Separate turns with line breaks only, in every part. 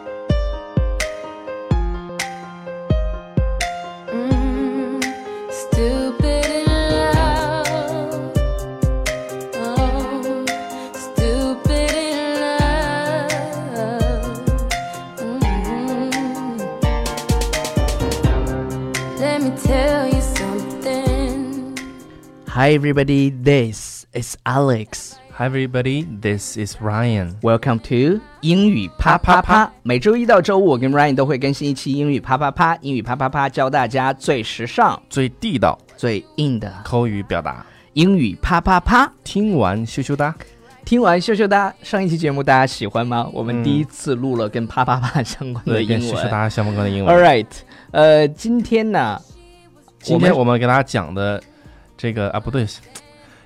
Mm, Mm,
Hi everybody, this is Alex.
Hi everybody, this is Ryan.
Welcome to 英语啪啪啪。每周一到周五，我跟 Ryan 都会更新一期英语啪啪啪。英语啪啪啪教大家最时尚、
最地道
最硬的
口语表达，
英语啪啪啪。
听完羞羞哒。
听完秀秀哒，上一期节目大家喜欢吗？我们第一次录了跟啪啪啪相关的
对，
英
跟羞羞
文。
哒相关的英
All
文。
right，呃，今天呢，
今天我们给大家讲的这个啊，不对，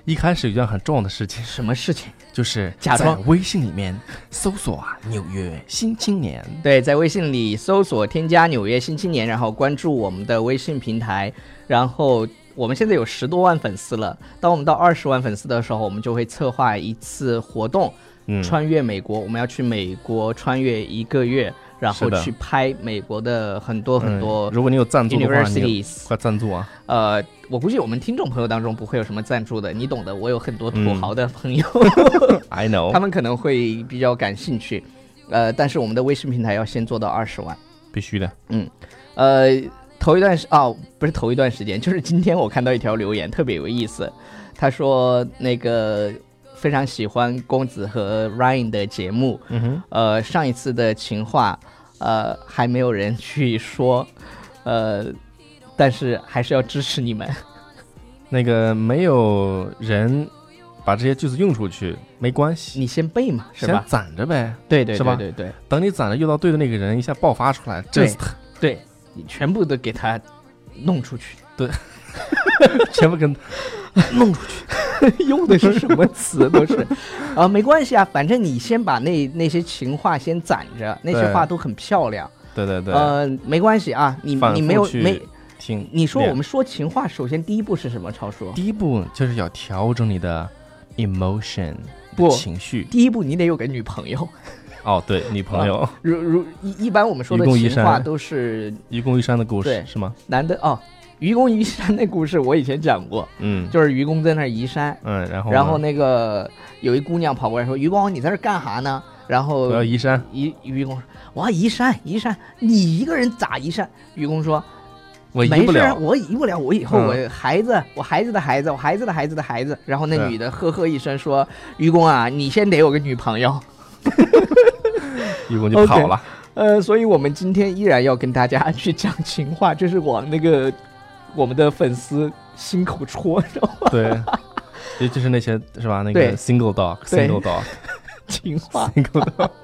一开始有一件很重要的事情，
什么事情？
就是
假
在
装
微信里面搜索啊“纽约新青年
对，在微信里搜索添加“纽约新青年”，然后关注我们的微信平台，然后我们现在有十多万粉丝了。当我们到二十万粉丝的时候，我们就会策划一次活动，”。
嗯，
穿越美国，我们要去美国穿越一个月，然后
是的
去拍美国的很多很
嗯
多、
如果你有赞助的话，你
universities。
快 赞助啊！
呃，我估计我们听众朋友当中不会有什么赞助的，你懂的。我有很多土豪的朋友。
嗯 I
他
know，
们可能会比较感兴趣，呃，但是我们的微信平台要先做到二十万，
必须的。
呃，头一段时哦，不是头一段时间，就是今天我看到一条留言特别有意思，他说那个非常喜欢公子和 Ryan 的节目，
嗯哼，
呃，上一次的情话，呃，还没有人去说，呃，但是还是要支持你们，
那个没有人把这些句子用出去，没关系，
你先背嘛，嗯是
先
吧？
攒着呗。
对对
是吧
对对对
等你攒着用到对的那个人，一下爆发出来，
对
just
对，你全部都给他弄出去。
全部跟
用的是什么 词都是，啊，没关系啊，反正你先把那那些情话先攒着，那些
对
话都很漂亮，
对对对，
呃，没关系啊，你
反
你没有
复去
没，
听
你说我
们
们说情话，首先第一步是什么？超叔，
第一步就是要调整你的 emotion，
不
情绪
第一步你得有个女朋友，
哦，对，女朋友，
如如一一般我们说的
愚公移
情话
山
都是
愚公移山的故
对
事是吗？
男的哦，愚公移山那故事我以前讲过，
嗯
就是愚公在那儿移山，
嗯，然后
然后
呢
那个有一姑娘跑过来说：“愚公，你在这儿干哈呢？”然后
我要移山，
愚愚公说：“我要移山，移山，你一个人咋移山？”愚公说：“
我移
没
不
事儿，啊
了，
我移不了，我以后
嗯
我孩子，我孩子的孩子，我孩子的孩子的孩子。”然后那
对
女的呵呵一声说：“愚公啊，你先得有个女朋友。
愚公就
OK
跑了，”
呃，所以我们今天依然要跟大家 去讲情话，这是我那个我们的粉丝心口戳，然后
对， 也就是那些是吧？那
对
个 single
对
dog，single dog，single
情话。
dog。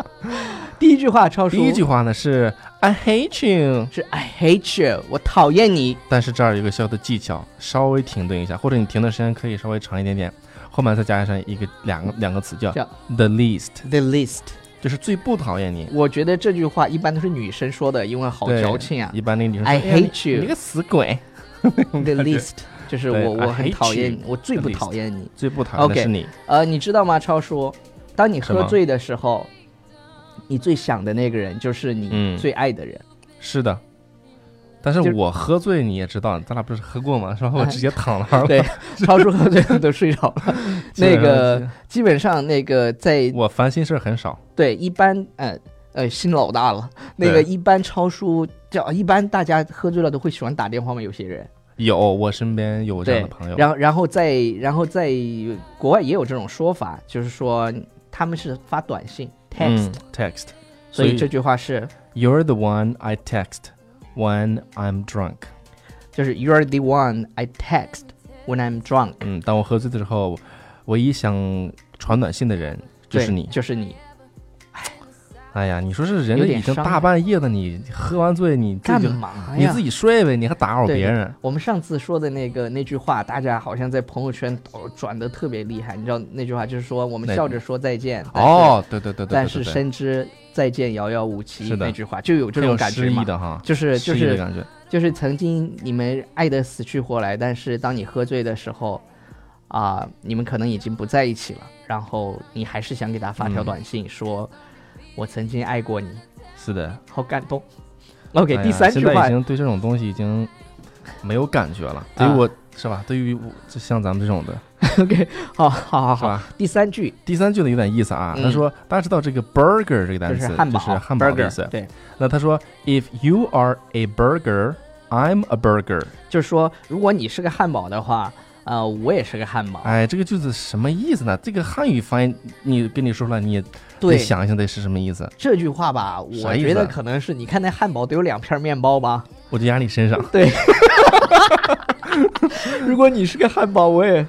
第一句话，超叔
第一句话呢是 I hate you，
是 “I hate you”，我讨厌你。
但是这儿有一个小的技巧，稍微停顿一下，或者你停的时间可以稍微长一点点，后面再加上一个两个两个词叫
叫
the least，
The least，
就是最不讨厌你。
我觉得这句话一般都是女生说的，因为好
对
矫情啊。
一般那个女生说
I
哎呀你
hate you
你个死鬼，
The least 就是
对
我我
I
很
hate
讨厌
you
你，我最不
least
讨厌你。
最不讨厌的
OK
是你。
呃，你知道吗，超叔，当你
什
喝
么
醉的时候，你最想的那个人就是你
嗯
最爱的人。
是的，但是
就是
我喝醉你也知道，咱俩不是喝过吗？是吧？我
哎
直接躺那儿了。
对，超叔喝醉了都睡着了。
基本
那
上
个基本上那个在
我烦心事儿很少。
对一般呃呃心老大了，那个
对
一般超叔叫一般大家喝醉了都会喜欢打电话嘛，有些人。
有，我身边有这
对，
样的朋友。
然后然后在然后在国外也有这种说法，就是说他们是发短信 text，、
嗯 text，
所以
所以
这句话是
you're the one I text when I'm drunk。
就是 you're the one I text when I'm drunk，
嗯，当我喝醉的时候，唯一想传短信的人就是
对
你。
就是你，
哎呀，你说是人
有
家
点
已经
伤
大
害
半夜的，你喝完醉你自
干
己就
嘛
你
呀
自？己睡呗，你还打扰
对
别
对
人。
我们上次说的那个那句话，大家好像在朋友圈都转的特别厉害，你知道那句话就是说我们
哪
笑着说再见，但是，
哦，对对对对对，
但
对
是
对
深知再见遥遥无期
是的
那句话就有这
很有
种感觉
诗意
嘛，
的哈，
就是就
诗意
是
的感觉。
就是曾经你们爱得死去活来，但是当你喝醉的时候，啊、你们可能已经不在一起了，然后你还是想给他发条
嗯
短信说，我曾经爱过你，
是的。
好感动。OK，、
哎
第
呀
三
现
句
在
话
已，经对这种东西已经没有感觉了。对
啊
于我是吧？对于我就像咱们这种的
OK，好好好
是
好，
吧？
第三句
第三句呢有点意思啊，
嗯
他说大家知道这个 burger 这个单
就
词
是汉堡，
就是汉堡
burger，
的意思。
对，
那他说 if you are a burger。I'm a burger，
就是说，如果你是个汉堡的话，呃，我也是个汉堡。
哎，这个句子什么意思呢？这个汉语翻译，你跟你说出来，你也得
对，
想一想，得是什么意思？
这句话吧，
啥
我
意思
觉得
啊
可能是你看那汉堡得有两片面包吧。
我就压 你身上，
对， 如果你是个汉堡，我也，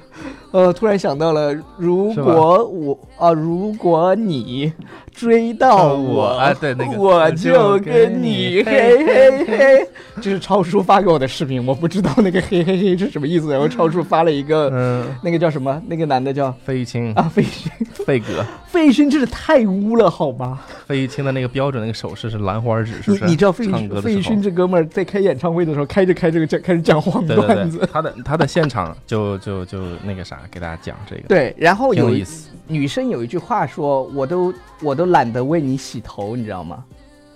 呃，突然想到了，如
是吧
果我啊、如果你追 到我，
哎，对那个，
哦 我就跟你嘿嘿嘿。这是超叔发给我的视频，我不知道那个嘿嘿嘿是什么意思。然后超叔发了一个，
嗯，
那个叫什么？那个男的叫
费玉清，
啊 费玉清，
费哥，
费玉清真是太污了，好吗？
费玉清的那个标准那个手势是兰花指，
你
是不是？
你知道费玉
唱歌
清
的
费玉
时候
清这哥们儿在开演唱会的时候，开着开着就开始讲黄
对对
段
对，
子。
他的他的现场就就就那个啥，给大家讲这个，
对，然后
挺有
有
意
一
思，
女生有一句话说，我都我都懒得为你洗头，你知道吗？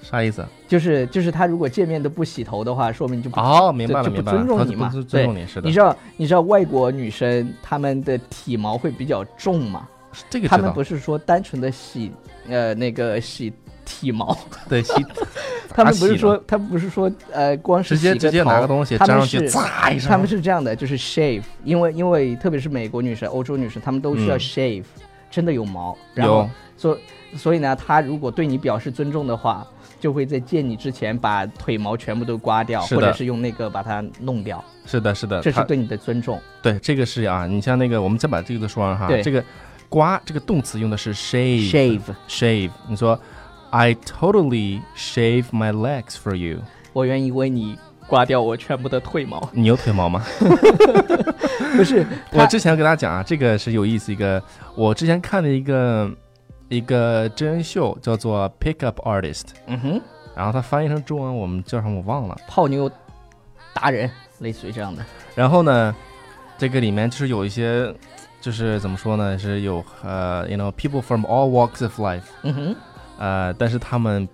啥意思？
就是就是他如果见面都不洗头的话，说明就不
哦，明白
就
了
不
明白了，
尊重
他
你嘛
不尊重你是的
你，知道你知道外国女生她们的体毛会比较重嘛？
这个
她
知
们
道
不，是说单纯的洗呃那个洗体 毛，
对，洗
她们
洗
不是
呢
说她们不是说呃光是
直接
洗个
直接
头
拿个东西
她
粘
们
上去，
是
嚓一
她
声
们，是这样的，就是 shave，因为因为特别是美国女生、欧洲女生，她们都需要
嗯
shave，、真的有毛，然后
有
所所以呢，她如果对你表示尊重的话。就会在见你之前把腿毛全部都刮掉，
是
或者
的
是用那个把它弄掉，
是的是的，
这
他
是对你的尊重。
对，这个是啊，你像那个，我们再把这个说完哈。
对
这个刮这个动词用的是 shave
shave，
shave。你说 I totally shave my legs for you。
我愿意为你刮掉我全部的腿 毛。
你有腿 毛吗？
不是，
我之前跟大家讲啊，这个是有意思一个，我之前看的一个一个真人秀叫做 Pickup Artist，
嗯哼，
然后它翻译成中文我们叫什么我忘了。
泡妞达人，类似于这样的。
然后呢，这个里面就是有一些，就是怎么说呢，是有呃，you know people from all walks of life。
嗯哼，
呃，但是他们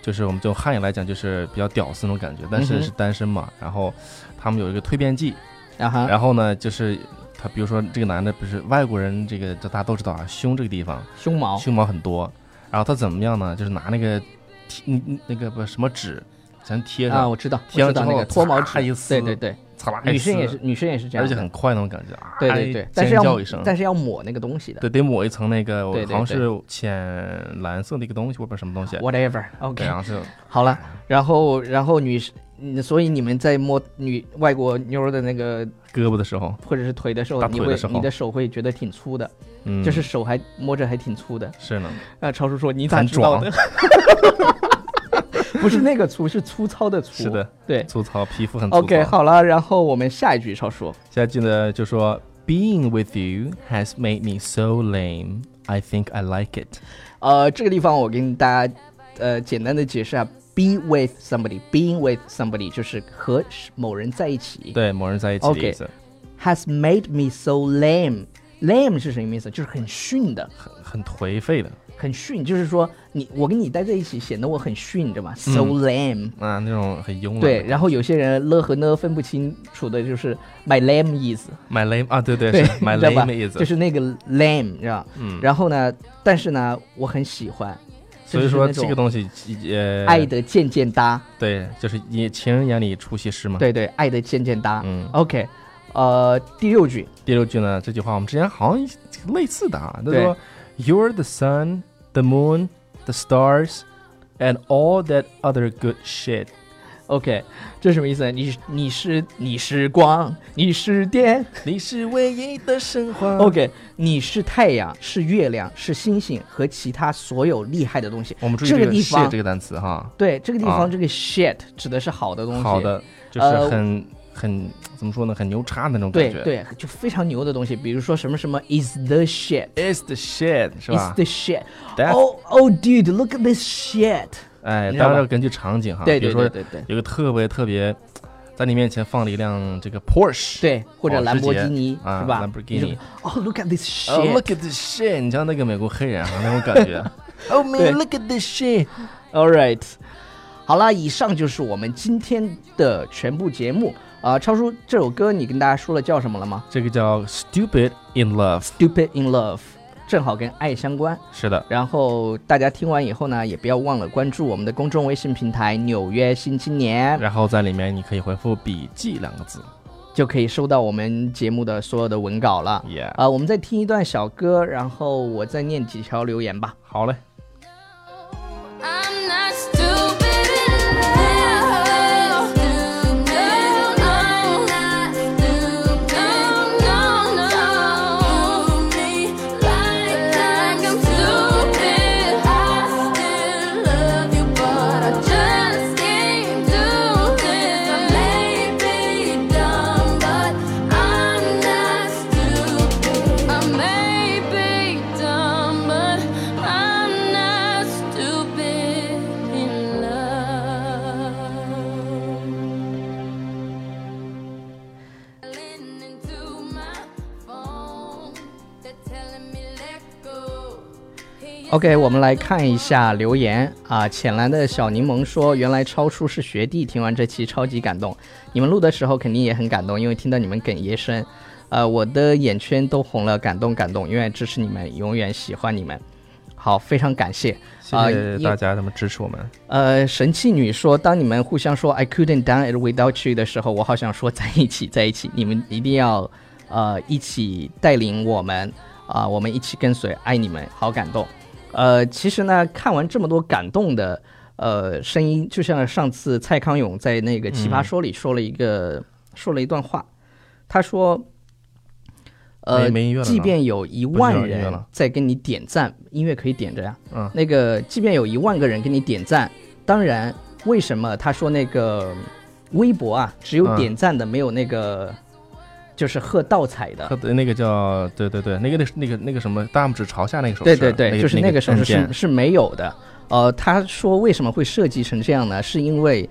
就是我们就用汉语来讲，就是比较屌丝那种感觉，但
嗯
是
哼
是单身嘛。然后他们有一个蜕变记，
啊哈，
然后呢，就是他比如说这个男的不是外国人，这个这大家都知道啊，胸这个地方
胸毛
胸毛很多，然后他怎么样呢？就是拿那个贴嗯嗯那个不什么纸，咱贴
啊，
上，
我知道，我
贴
知
上
道
之
那
后
个脱毛
嚓
纸
一，撕
对对对，
擦啦，
女生也是，，女生也是这样
而
的，
且很快那种感觉啊，
对对对
哎，
但是
尖叫
要
一声。
但是要抹那个东西的。
对，得抹一层那个，我
对
好
对
像
对
是浅蓝色的一个东西，我不知道什么东西。对，啊
Whatever，OK，、
然后就
好了，然后然后女生，嗯所以你们在摸女外国妞儿的那个
胳膊的时候，
或者是腿的时候，
大
你
腿的
会
时候
你的手会觉得挺粗的，
嗯，
就是手还摸着还挺粗的。
是呢，
啊，超叔说你咋
很
知道
壮
的？ 不是那个粗，是粗糙的粗。
是的，
对。
粗糙，皮肤很粗糙。
OK，好了，然后我们下一句，超叔。
现在记得就说，Being with you has made me so lame. I think I like it.
呃，这个地方我跟大家呃简单的解释啊，be with somebody，being with somebody 就是和某人在一起。
对，某人在一起的
OK
意思
Has made me so lame。lame 是什么意思？就是很逊的，
很很颓废的
很逊，就是说你我跟你待在一起，显得我很逊，你知道吗？So
嗯
lame。
啊，那种很慵懒的。
对，然后有些人了和呢分不清楚的，就是 my lame is。
，My lame 啊，对对
对
是，My
你知道吧
lame is，
就是那个 lame，知道吧？
嗯，
然后呢，但是呢，我很喜欢，
所以
就是
说
那
这
种
个东西呃，
爱的渐渐搭，
对，就是也情人眼里出西施嘛。，
对对，爱的渐渐搭。
嗯，
OK，呃，第六句，
第六句呢，这句话我们之前好像类似的啊，他
对
说，You're the sun, the moon, the stars, and all that other good shit。
OK，这什么意思呢？你你是你是光，你是电。
你是唯一的神 话
OK，你是太阳，是月亮，是星星和其他所有厉害的东西。
我们注意
这
这
个
个
地
shit
方
这个单词哈。
对，这个地
啊
方这个 shit 指的是好的东西。
好。的，就是
呃
很、很怎么说呢，很牛叉那种感
对
觉。
对，就非常牛的东西，比如说什么什么 is the shit，is
i s the shit 是吧
the shit。
That's-
Oh oh dude，look at this shit。
哎，
你知道
当然
吧
要根据场景哈，
对对
比如
对
说
对对。
有个特别特别，在你面前放了一辆这个 Porsche，
对，或者
保时
兰博
捷
基尼、
哦啊
是吧？
兰博基
你就
尼。
哦、l o o k at this
哦
shit。
look at this shit，你像那个美国黑人啊那种感觉。oh
对
man，look at this shit。
All right，好啦，以上就是我们今天的全部节目啊、超叔，这首歌你跟大家说了叫什么了吗
这个叫 stupid in love。
？Stupid in Love，正好跟爱相关。
是的，
然后大家听完以后呢，也不要忘了关注我们的公众微信平台《纽约新青年》。
然后在里面你可以回复笔记两个字。
就可以收到我们节目的所有的文稿了。
Yeah，
啊、我们再听一段小歌，然后我再念几条留言吧。
好嘞。
I'm not stupid enough. No, I'm not stupid. No, no, no. Like I'm stupid, I still love you, but I just can't do this. I may be dumb, but I'm not stupid. I may be dumb, but I'm not stupid in love. Listening to my phone, they're telling me let go.
OK，我们来看一下留言啊。浅蓝的小柠檬说：“原来超叔是学弟，听完这期超级感动。你们录的时候肯定也很感动，因为听到你们哽咽声，呃，我的眼圈都红了，感动感动，永远支持你们，永远喜欢你们。”好，非常感谢。
谢
啊
谢
因
大家这么支持我们。
呃，神器女说，当你们互相说 "I couldn't done it without you" 的时候，我好想说在一起，在一起，你们一定要呃一起带领我们啊、我们一起跟随，爱你们，好感动。呃，其实呢，看完这么多感动的呃声音，就像上次蔡康永在那个《奇葩说》里说了一个、说了一段话，他说。呃
没没音乐，了
即
呢
便有一
不需要
万
音乐
人
了
在跟你点赞，音乐可以点着呀。
嗯
那个即便有一万个人给你点赞，当然，为什么他说那个微博啊，只有
嗯
点赞的，没有那个就是喝倒彩的
他？的那个叫对对对，那个那那个那个什么大拇指朝下那个手
对
势，
对对，
那
就是那个手势
按键
是是没有的。呃，他说为什么会设计成这样呢？是因为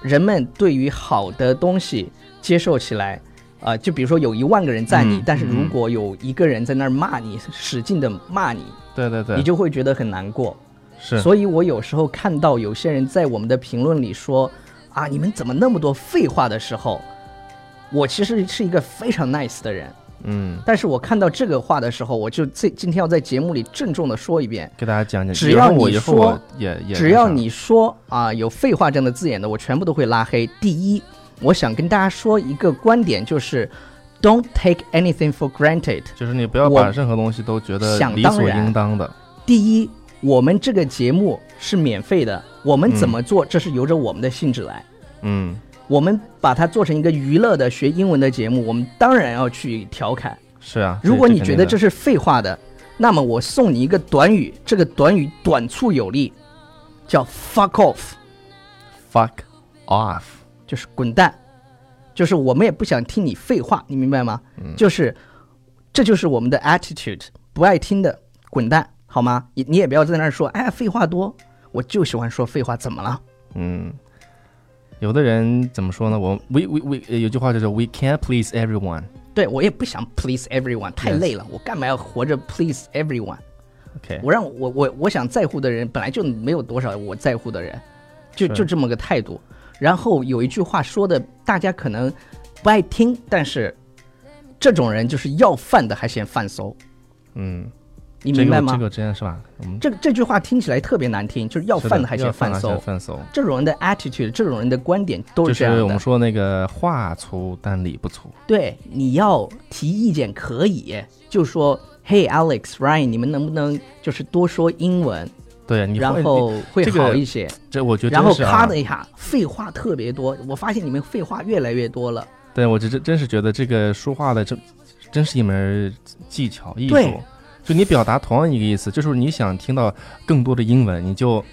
人们对于好的东西接受起来，呃，就比如说有一万个人赞你，
嗯
但是如
嗯
果有一个人在那儿骂你，使劲的骂你，
对对对，
你就会觉得很难过。
是
所以我有时候看到有些人在我们的评论里说啊，你们怎么那么多废话的时候，我其实是一个非常 nice 的人，
嗯，
但是我看到这个话的时候，我就这今天要在节目里郑重的说一遍，
给大家讲讲，
只
有时候
要
我
你
以后我也也
只要你说啊有废话这样的字眼的，我全部都会拉黑。第一，我想跟大家说一个观点，就是 don't take anything for granted。
就是你不要
我
把任何东西都觉得
想
理
当
所
然
应当的，
第一，我们这个节目是免费的，我们怎么做，这是由着我们的性质来。
嗯，
我们把它做成一个娱乐的学英文的节目，我们当然要去调侃。
是啊。
如果你觉得
这
这
是
是废话的，那么我送你一个短语，这个短语短促有力，叫 “fuck off”，
fuck off，
就是滚蛋，就是我们也不想听你废话，你明白吗？就是这就是我们的 attitude，不爱听的滚蛋，好吗？你你也不要在那儿说，哎呀，废话多，我就喜欢说废话，怎么了？
嗯，有的人怎么说呢？我 we we we 呃有句话叫做 we can't please everyone，
对我也不想 please everyone，太
Yes
累了，我干嘛要活着 please everyone？
OK，
我让我我我想在乎的人本来就没有多少我在乎的人，就是就这么个态度。然后有一句话说的，大家可能不爱听，但是这种人就是要饭的还嫌饭馊，
嗯，
你
这
明白
个
吗？
这个真的是吧？嗯，
这这句话听起来特别难听，就是要
是的
饭的还
要
嫌饭
饭的还
馊
嫌。饭馊，
这种人的 attitude，这种人的观点都
就是
这样的。
是我们说那个话粗但理不粗，
对，你要提意见可以，就说 Hey Alex Ryan，你们能不能就是多说英文，
对，啊你
然
会
后会
这个
好一些。
这我觉得
然后
真是啊
咔的一下，废话特别多。我发现你们废话越来越多了。
对我这真真是觉得这个说话的这真是一门技巧艺术
对。
就你表达同样一个意思，就是你想听到更多的英文，你就，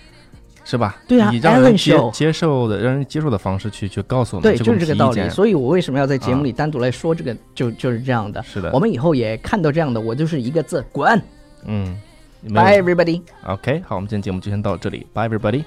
是吧？
对啊
以让人
Alan
接
Show
接受的、让人接受的方式去去告诉我们，
对，就是这个道理。所以我为什么要在节
啊
目里单独来说这个，就就是这样的
以。是的，
我们以后也看到这样的，我就是一个字滚
嗯，没有
，Bye everybody。
OK，好，我们今天节目就先到这里，Bye everybody。